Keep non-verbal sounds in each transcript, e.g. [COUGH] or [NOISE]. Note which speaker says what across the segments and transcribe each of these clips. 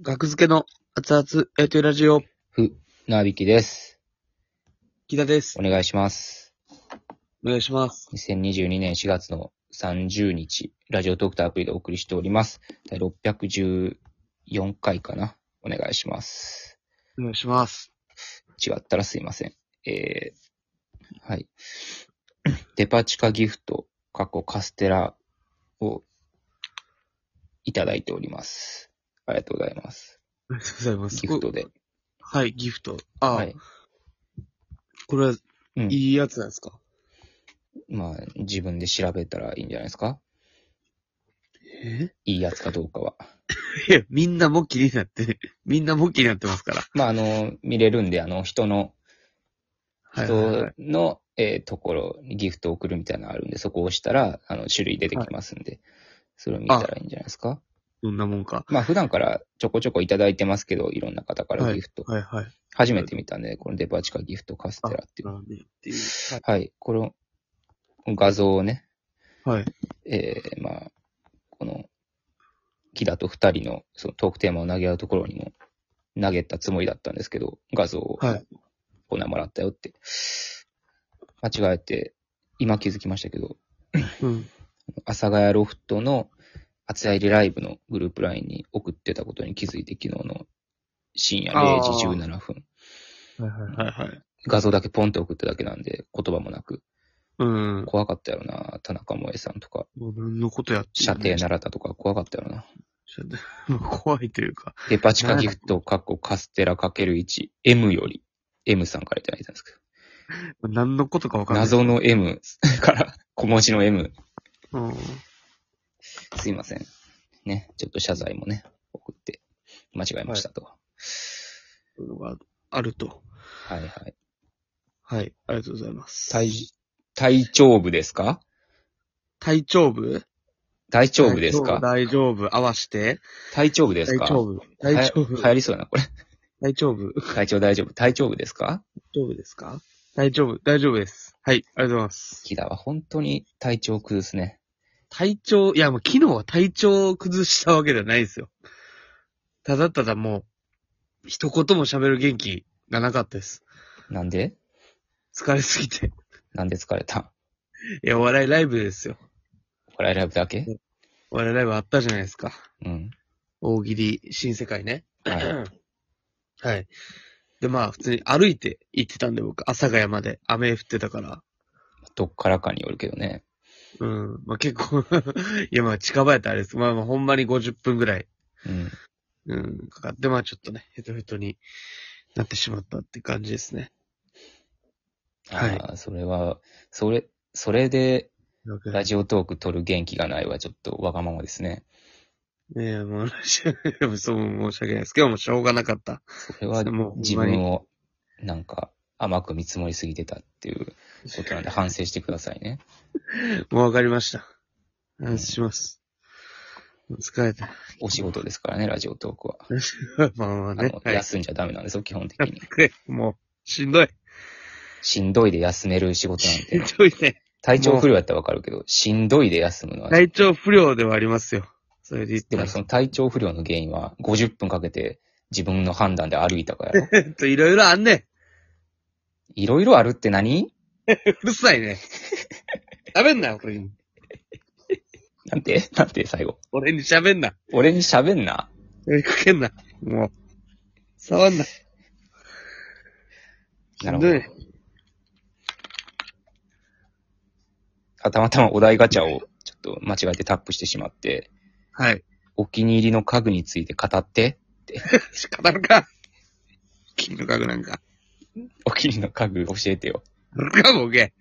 Speaker 1: 学付けの熱々やりとりラジオ、
Speaker 2: ふ、なびきです。
Speaker 1: 木田です。
Speaker 2: お願いします。
Speaker 1: お願いします。
Speaker 2: 2022年4月の30日、ラジオトークターアプリでお送りしております。第614回かな。お願いします。
Speaker 1: お願いします。
Speaker 2: 違ったらすいません。えー、はい。 [COUGHS] デパ地下ギフト、過去カステラをいただいております。ありがとうございます。
Speaker 1: ありがとうございます。
Speaker 2: ギフトで。
Speaker 1: おはい、ギフト。あ、
Speaker 2: はい。
Speaker 1: これは、
Speaker 2: うん
Speaker 1: いいやつなんですか、
Speaker 2: まあ、自分で調べたらいいんじゃないですか
Speaker 1: え
Speaker 2: いいやつかどうかは。
Speaker 1: いや、みんなもっきりになって、みんなもっきりになってますから。
Speaker 2: まあ、あの、見れるんで、あの、人の、
Speaker 1: はいはいはい、
Speaker 2: 人の、えーところにギフトを送るみたいなのあるんで、そこを押したら、あの、種類出てきますんで、それを見たらいいんじゃないですか。
Speaker 1: どんなもんか。
Speaker 2: まあ、普段からちょこちょこいただいてますけど、いろんな方からギフト。
Speaker 1: はいはい。
Speaker 2: 初めて見たんで、このデパ地下ギフトカステラっていう。
Speaker 1: ラーメンっていう。
Speaker 2: はい。この画像をね、
Speaker 1: はい。
Speaker 2: えーまあ、この、木田と二人のそのトークテーマを投げ合うところにも投げたつもりだったんですけど、画像を
Speaker 1: はい。
Speaker 2: こんなんもらったよって。間違えて、今気づきましたけど、
Speaker 1: うん。
Speaker 2: 阿佐ヶ谷ロフトの熱愛リライブのグループラインに送ってたことに気づいて、昨日の深夜0時17分。
Speaker 1: はいはいはいはい。
Speaker 2: 画像だけポンって送っただけなんで、言葉もなく。
Speaker 1: うん。
Speaker 2: 怖かったよな。田中萌さんとか、
Speaker 1: もう何のことやって
Speaker 2: 射程
Speaker 1: な。
Speaker 2: 奈良田とか怖かったよな。
Speaker 1: 射程 [LAUGHS] もう怖いというか。
Speaker 2: デパ地下ギフト、カッコカステラ ×1、M より、M さんからいただいたんですけ
Speaker 1: 何のことかわか
Speaker 2: ど、
Speaker 1: んない。
Speaker 2: 謎の M から、小文字の M。
Speaker 1: うん。
Speaker 2: すいません。ね、ちょっと謝罪もね、送って、間違えましたと。
Speaker 1: そういうのがあると。
Speaker 2: はい、はい、
Speaker 1: はい。ありがとうございます。
Speaker 2: 体、体調部ですか
Speaker 1: 体調部
Speaker 2: 大丈部ですか
Speaker 1: 大丈夫。合わして。
Speaker 2: 体調部です
Speaker 1: 大
Speaker 2: か
Speaker 1: 丈
Speaker 2: 部。
Speaker 1: 夫。
Speaker 2: は
Speaker 1: 大
Speaker 2: や
Speaker 1: 丈夫。
Speaker 2: 流行りそうやな、これ。
Speaker 1: 大丈夫。
Speaker 2: 体調大丈夫。体調部ですか
Speaker 1: 大丈夫ですか大丈夫。大丈夫です。はい。ありがとうございます。
Speaker 2: 木田は本当に体調を崩すね。
Speaker 1: 体調、いや、もう昨日は体調を崩したわけではないですよ。ただただもう、一言も喋る元気がなかったです。
Speaker 2: なんで
Speaker 1: 疲れすぎて。
Speaker 2: なんで疲れた
Speaker 1: いや、お笑いライブですよ。
Speaker 2: これライブだけ
Speaker 1: お笑いライブあったじゃないですか。
Speaker 2: うん。
Speaker 1: 大喜利、新世界ね。
Speaker 2: は
Speaker 1: はい。で、まあ、普通に歩いて行ってたんで、僕、阿佐ヶ谷まで雨降ってたから。
Speaker 2: どっからかによるけどね。
Speaker 1: うん。まあ結構、 [LAUGHS] いや、まあ近場やったらあれです。まあまあ、ほんまに50分ぐらい、
Speaker 2: うん。
Speaker 1: うん、かかって、まあちょっとね、ヘトヘトになってしまったって感じですね。はい
Speaker 2: ああ、それは、それ、それで、ラ
Speaker 1: ね
Speaker 2: ジオトーク撮る元気がないはちょっとわがままですね。
Speaker 1: え、もう、そう、申し訳ないですけど、もうしょうがなかった。
Speaker 2: それは
Speaker 1: もう
Speaker 2: 自
Speaker 1: ほんま
Speaker 2: 分
Speaker 1: に
Speaker 2: をなんか甘く見積もりすぎてたっていうこと
Speaker 1: [LAUGHS]
Speaker 2: なんで反省してくださいね。
Speaker 1: もうわかりました。安心します。疲れた。 [LAUGHS]
Speaker 2: お仕事ですからね、ラジオトークは。
Speaker 1: まあまあ
Speaker 2: あ
Speaker 1: ね
Speaker 2: の、。
Speaker 1: はい。
Speaker 2: 休んじゃダメなんですよ、基本的に。
Speaker 1: もう、しんどい。
Speaker 2: しんどいで休める仕事なん
Speaker 1: [LAUGHS] しん
Speaker 2: て。
Speaker 1: どいね。
Speaker 2: 体調不良やったらわか
Speaker 1: [LAUGHS]
Speaker 2: るけど、しんどいで休むのは。
Speaker 1: 体調不良ではありますよ。それで言っ
Speaker 2: で
Speaker 1: た
Speaker 2: も
Speaker 1: ら。
Speaker 2: その体調不良の原因は50分かけて自分の判断で歩いたからやろ。
Speaker 1: えっと、いろいろあんねん。
Speaker 2: いろいろあるって何
Speaker 1: うるさいね。喋んな、俺に。
Speaker 2: なんてなんて最後。
Speaker 1: 俺に喋んな。
Speaker 2: 俺に喋んな。
Speaker 1: やりかけんな。もう。触んな。
Speaker 2: なるほど
Speaker 1: しんどい
Speaker 2: あたまたまお題ガチャをちょっと間違えてタップしてしまって。
Speaker 1: はい。
Speaker 2: お気に入りの家具について語って、
Speaker 1: 仕方るか。金の額なんか。
Speaker 2: お気に入りの家具教えてよ。
Speaker 1: あるか、ボケ。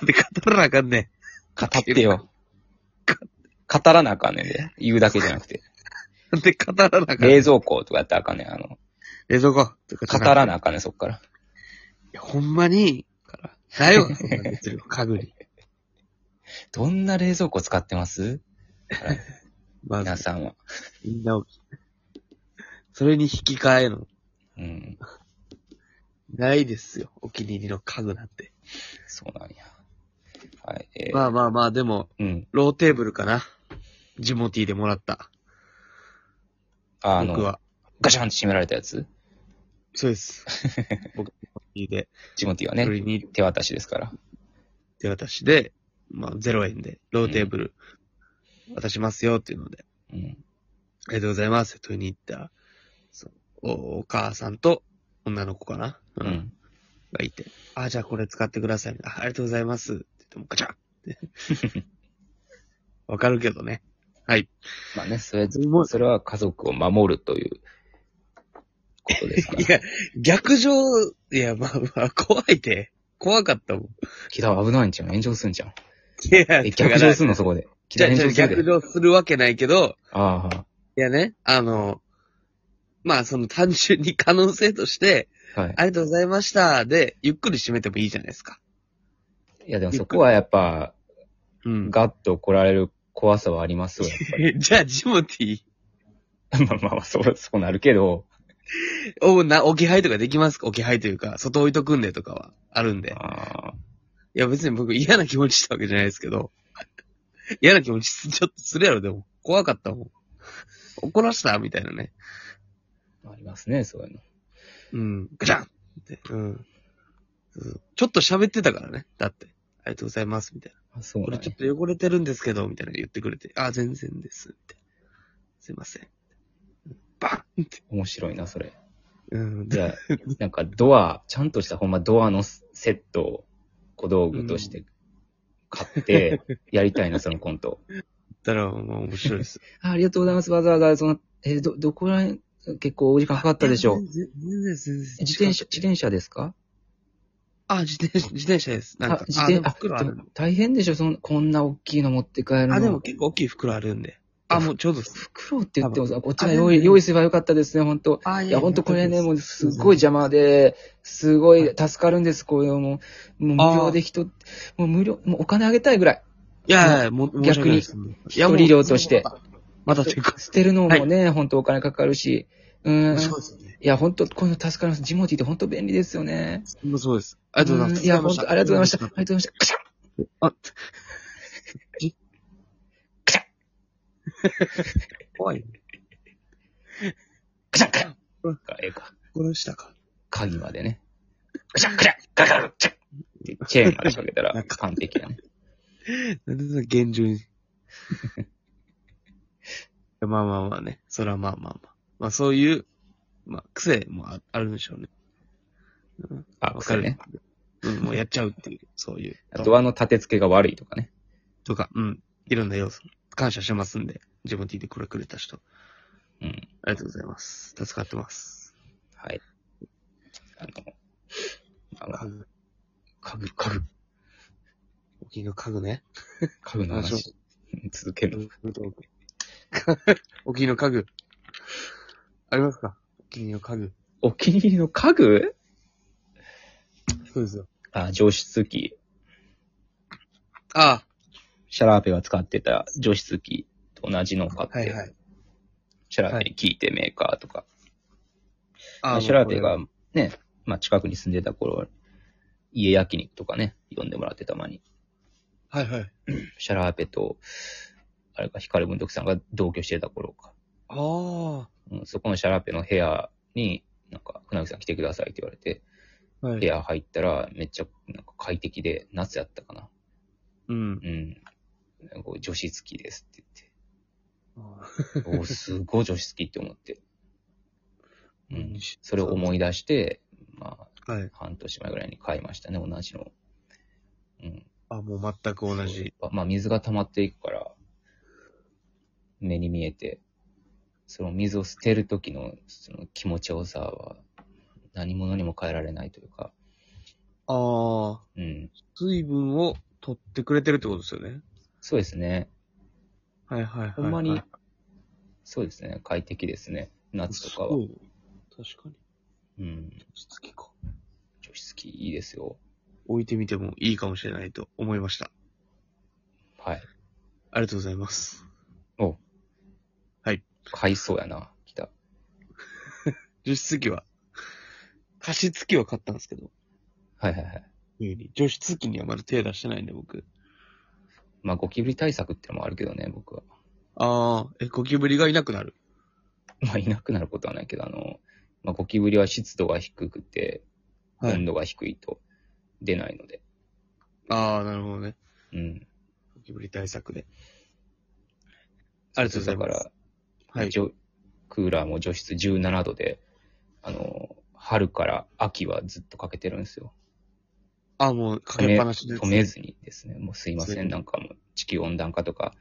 Speaker 1: なんで語らなあかんね
Speaker 2: 語ってよ。語らなあかんねんで。言うだけじゃなくて。
Speaker 1: ん。なんで語ら [LAUGHS] なあかんねん。
Speaker 2: 冷蔵庫とかやったらあかんねん。あの、
Speaker 1: 冷蔵庫。
Speaker 2: 語ら
Speaker 1: い
Speaker 2: なあかんねん、そっから。
Speaker 1: や。ほんまに、から。ないわ、そんなん別に家具に。
Speaker 2: どんな冷蔵庫使ってます
Speaker 1: ま
Speaker 2: 皆
Speaker 1: ず、
Speaker 2: さんは。
Speaker 1: みんなをそれに引き換えの。
Speaker 2: うん。
Speaker 1: ないですよ。お気に入りの家具なんて。
Speaker 2: そうなんや。はい。えー
Speaker 1: まあまあまあ、でも、
Speaker 2: うん。
Speaker 1: ローテーブルかな。ジモティーでもらった。
Speaker 2: あ
Speaker 1: 僕
Speaker 2: の、
Speaker 1: は。
Speaker 2: ガシャンって閉められたやつ
Speaker 1: そう
Speaker 2: [LAUGHS]
Speaker 1: です。僕で、
Speaker 2: ジモティは
Speaker 1: 取
Speaker 2: ね、
Speaker 1: りに行っ
Speaker 2: 手渡しですから。
Speaker 1: て渡しで、まあ、0円で、ローテーブル渡しますよっていうので、
Speaker 2: うん。
Speaker 1: ありがとうございますって取りに行った、そうおお母さんと女の子かな、
Speaker 2: う、ん。
Speaker 1: がいて、あ、じゃあこれ使ってくださいね。あありがとうございます。って言ってもガチャンっ
Speaker 2: [LAUGHS]
Speaker 1: て。わかるけどね。はい。
Speaker 2: まあね、それ
Speaker 1: すごい
Speaker 2: それは家族を守るということですから
Speaker 1: い。や、逆上、いや、まあまあ、怖いで。怖かったもん。
Speaker 2: 木田は危ないんちゃう炎上すんじ
Speaker 1: [LAUGHS]
Speaker 2: ゃん。
Speaker 1: いや、
Speaker 2: え、
Speaker 1: だから
Speaker 2: 逆上すんのそこで。木
Speaker 1: じ
Speaker 2: 田
Speaker 1: ゃあ、
Speaker 2: 炎
Speaker 1: じゃあ
Speaker 2: 上
Speaker 1: 逆
Speaker 2: するで。
Speaker 1: 上するわけないけど、
Speaker 2: ああ。
Speaker 1: いやね、あの、まあ、その単純に可能性として、
Speaker 2: はい。
Speaker 1: ありがとうございました。で、ゆっくり締めてもいいじゃないですか。
Speaker 2: いや、でもそこはやっぱ、
Speaker 1: うん。
Speaker 2: ガッと来られる怖さはありますよ、やっぱり。
Speaker 1: [LAUGHS] じゃあ、ジモティ、 [LAUGHS]
Speaker 2: まあまあまあ、そう、そうなるけど、
Speaker 1: おな、置き配とかできますか置き配というか、外置いとくんでとかはあるんで。
Speaker 2: あ
Speaker 1: いや、別に僕嫌な気持ちしたわけじゃないですけど。 [LAUGHS] 嫌な気持ちすちょっとするやろ、でも。怖かったもん。怒らしたみたいなね。
Speaker 2: ーありますね、そういうの。
Speaker 1: うん。ガチャンって。うん。そうそうちょっと喋ってたからね。だって。ありがとうございます、みたいな。
Speaker 2: あそう
Speaker 1: こ
Speaker 2: な
Speaker 1: れ
Speaker 2: ん
Speaker 1: ち
Speaker 2: や
Speaker 1: ょっと汚れてるんですけど、みたいな言ってくれて。あ、全然です。みたいな。すいません。バンって。
Speaker 2: 面白いな、それ。
Speaker 1: うん。
Speaker 2: じ
Speaker 1: で
Speaker 2: ゃあ、 [LAUGHS] なんかドア、ちゃんとしたほんまドアのセットを小道具として買って、やりた
Speaker 1: [LAUGHS]
Speaker 2: いな、そのコント。
Speaker 1: だったら、まあ面白い [LAUGHS] です。
Speaker 2: あありがとうございます、わざわざ、その、えーど、どこらへん、結構お時間かかったでしょう。
Speaker 1: 全然全然全然
Speaker 2: 自転車、自転車ですか
Speaker 1: あ、自転車、自転車です。なんか
Speaker 2: あ、、自転
Speaker 1: あ、でも袋あ
Speaker 2: あ
Speaker 1: る
Speaker 2: でも大変でしょ、その、こんな大きいの持って帰るの。
Speaker 1: あ、でも結構大きい袋あるんで。あ、もうちょうどです。
Speaker 2: 袋って言ってもさ、こっち
Speaker 1: あ
Speaker 2: が
Speaker 1: でも
Speaker 2: 用意、用意すればよかったですね、本当
Speaker 1: あ、い
Speaker 2: いや、ほんとこれね、も
Speaker 1: う、
Speaker 2: うすっごい邪魔で、すごい助かるんです、こういうのもう。もう無料で人、もう無料、もうお金あげたいぐらい。
Speaker 1: いやいや、もう、
Speaker 2: 逆に
Speaker 1: 申し訳ないです、
Speaker 2: 一人料として。
Speaker 1: またというか、
Speaker 2: 捨てるのもね、ほんとお金かかるし。うーん。
Speaker 1: そう
Speaker 2: い
Speaker 1: ですよね。
Speaker 2: や、ほんとこういうの助かります。ジモティってほんと便利ですよね。
Speaker 1: もうそうです。ありがとうございま
Speaker 2: ん
Speaker 1: す。
Speaker 2: いや、ほんとありがとうございました。あ
Speaker 1: あ
Speaker 2: りがとうございました。
Speaker 1: あ、え
Speaker 2: [LAUGHS]
Speaker 1: 怖い。
Speaker 2: カシャンカシャンカシャンあええか。
Speaker 1: 殺したか。
Speaker 2: 鍵までね。カシャンカシャンカシャンカシャンってチェーンまでかけたら完璧だね。
Speaker 1: なんでそんな厳重に。 [LAUGHS] まあまあまあね。それはまあまあまあ。まあそういう、まあ癖もああるんでしょうね。
Speaker 2: あ、
Speaker 1: わ
Speaker 2: そ
Speaker 1: か
Speaker 2: う
Speaker 1: る
Speaker 2: ね。。
Speaker 1: うん、もうやっちゃうっていう、そういう。
Speaker 2: ドアの立て付けが悪いとかね。
Speaker 1: とか、うん。いろんな要素。感謝してますんで。自分 T でこれくれた人。
Speaker 2: うん。
Speaker 1: ありがとうございます。助かってます。
Speaker 2: はい。あの、あ
Speaker 1: 家
Speaker 2: の
Speaker 1: 具。
Speaker 2: 家具、家具、
Speaker 1: 大きいの家具ね。
Speaker 2: 家具
Speaker 1: あ
Speaker 2: の話
Speaker 1: そ。
Speaker 2: 続けるの。
Speaker 1: 大きいの家具。ありますかお気に入りの家具。
Speaker 2: お気に入りの家具
Speaker 1: そうですよ。
Speaker 2: あ、除湿機。
Speaker 1: あ
Speaker 2: シャラーペが使ってた除湿機と同じのを買っ
Speaker 1: あ、はい
Speaker 2: て、
Speaker 1: はい。
Speaker 2: シャラーペに聞いてメーカーとか。
Speaker 1: あ
Speaker 2: でシャラーペが。ね、まあ近くに住んでた頃、家焼肉とかね、呼んでもらってたまに。
Speaker 1: はいはい。
Speaker 2: シャラーペと、あれか、ヒカル文徳さんが同居してた頃か。
Speaker 1: あ
Speaker 2: うん、そこのシャラーペの部屋に、なんか、船木さん来てくださいって言われて、
Speaker 1: あ。は
Speaker 2: 部
Speaker 1: い。
Speaker 2: 屋入ったら、めっちゃ、なんか快適で、夏やったかな。
Speaker 1: うん。
Speaker 2: うん。こう除湿機ですって言
Speaker 1: [LAUGHS]
Speaker 2: って。おーすごい除湿機って思って。うん。それを思い出して、まあ、
Speaker 1: はい。
Speaker 2: 半年前ぐらいに買いましたね、同じの。うん。
Speaker 1: あ、もう全く同じ。。
Speaker 2: まあ、水が溜まっていくから、目に見えて、その水を捨てる時の、その気持ちよさは、何者にも変えられないというか、
Speaker 1: ああ、
Speaker 2: うん。
Speaker 1: 水分を取ってくれてるってことですよね。
Speaker 2: そうですね。
Speaker 1: はいはいはい、はい。
Speaker 2: ほんまに、そうですね。快適ですね。夏とか
Speaker 1: そ
Speaker 2: は。
Speaker 1: う確かに。
Speaker 2: うん。
Speaker 1: 好きか。
Speaker 2: 除湿機いいですよ。
Speaker 1: 置いてみてもいいかもしれないと思いました。
Speaker 2: はい。
Speaker 1: ありがとうございます。
Speaker 2: お
Speaker 1: はい。
Speaker 2: 買いそうやな、来た。
Speaker 1: 除湿機は、加湿器は買ったんですけど、
Speaker 2: はいはいはい。
Speaker 1: 冬に。除湿機にはまだ手出してないんで、僕。
Speaker 2: まあ、ゴキブリ対策ってのもあるけどね、僕は。 [LAUGHS]
Speaker 1: あー、え、ゴキブリがいなくなる。
Speaker 2: まあ、いなくなることはないけど、あの、まあ、ゴキブリは湿度が低くて、
Speaker 1: はい
Speaker 2: 温度が低いと出ないので、
Speaker 1: ああ、なるほどね。
Speaker 2: うん。
Speaker 1: ゴキブリ対策で。ありがとうございます。
Speaker 2: だから、
Speaker 1: はい。
Speaker 2: 一応クーラーも除湿17度で、あの、春から秋はずっとかけてるんですよ。
Speaker 1: ああ、もうかけっぱなしです。
Speaker 2: 止めずにですね。もうすいま
Speaker 1: そ
Speaker 2: せ。
Speaker 1: うん
Speaker 2: なんかもう地球温暖化とか、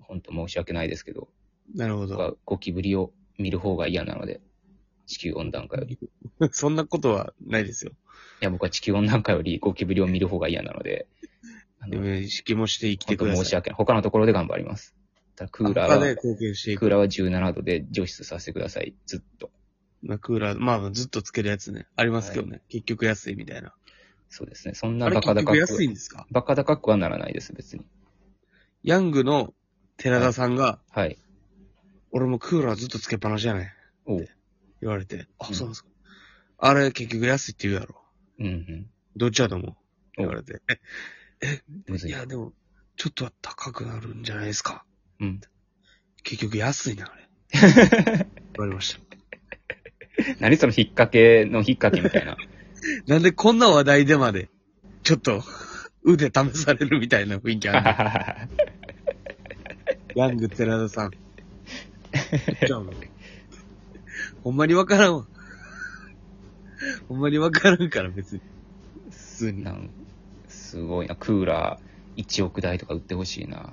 Speaker 2: 本当申し訳ないですけど、
Speaker 1: なるほ
Speaker 2: 僕
Speaker 1: ど。
Speaker 2: はゴキブリを見る方が嫌なので、地球温暖化より。い
Speaker 1: そんなことはないですよ。
Speaker 2: や、僕は地球温暖化よりゴキブリを見る方が嫌なので、あ
Speaker 1: で
Speaker 2: の
Speaker 1: も、意識もして生きて
Speaker 2: 本当
Speaker 1: ください。
Speaker 2: 申し訳ない。他のところで頑張ります。ただクーラー
Speaker 1: 他で
Speaker 2: は、
Speaker 1: 貢献してい
Speaker 2: クー
Speaker 1: く。
Speaker 2: ラーは17度で除湿させてください。ずっと。
Speaker 1: まあ、クーラー、まあ、ずっとつけるやつね。ありますけどね。結局安いみたいな。
Speaker 2: そうですね。そんな
Speaker 1: あれ
Speaker 2: バカ
Speaker 1: 結
Speaker 2: 高く
Speaker 1: 局、安いんですか
Speaker 2: バカ高くはならないです、別に。
Speaker 1: ヤングの寺田さんが、
Speaker 2: はい。
Speaker 1: 俺もクーラーずっとつけっぱなしやねん。
Speaker 2: おう。
Speaker 1: 言われて。あ、
Speaker 2: うん
Speaker 1: そうなんですか。あれ結局安いって言うやろ。
Speaker 2: うんうん。
Speaker 1: どっちやと思う言われて。
Speaker 2: むず
Speaker 1: い
Speaker 2: い。
Speaker 1: や、でも、ちょっとは高くなるんじゃないですか。
Speaker 2: うん。
Speaker 1: 結局安いな、 [LAUGHS] あれ。言われました。
Speaker 2: 何その引っ掛けの引っ掛けみたいな。
Speaker 1: なんでこんな話題でまで、ちょっと、腕試されるみたいな雰囲気あ [LAUGHS] るのヤング寺田さん。じゃあもうほんまにわからんわ。ほんまにわからんから別に。普通に。
Speaker 2: [LAUGHS] なんすごいな。クーラー1億台とか売ってほしいな。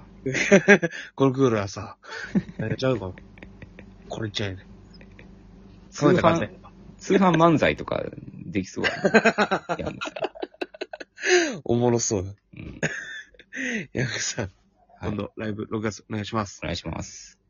Speaker 1: このクーラーさ、やっちゃうかも。これいっちゃえね。
Speaker 2: 通
Speaker 1: 冷めた風
Speaker 2: 販、通販漫才とかできそうだなヤングさ
Speaker 1: おもろそうだ。
Speaker 2: んうん
Speaker 1: ヤングさん、
Speaker 2: はい
Speaker 1: 今度ライブ6月お願いします。
Speaker 2: お願いします。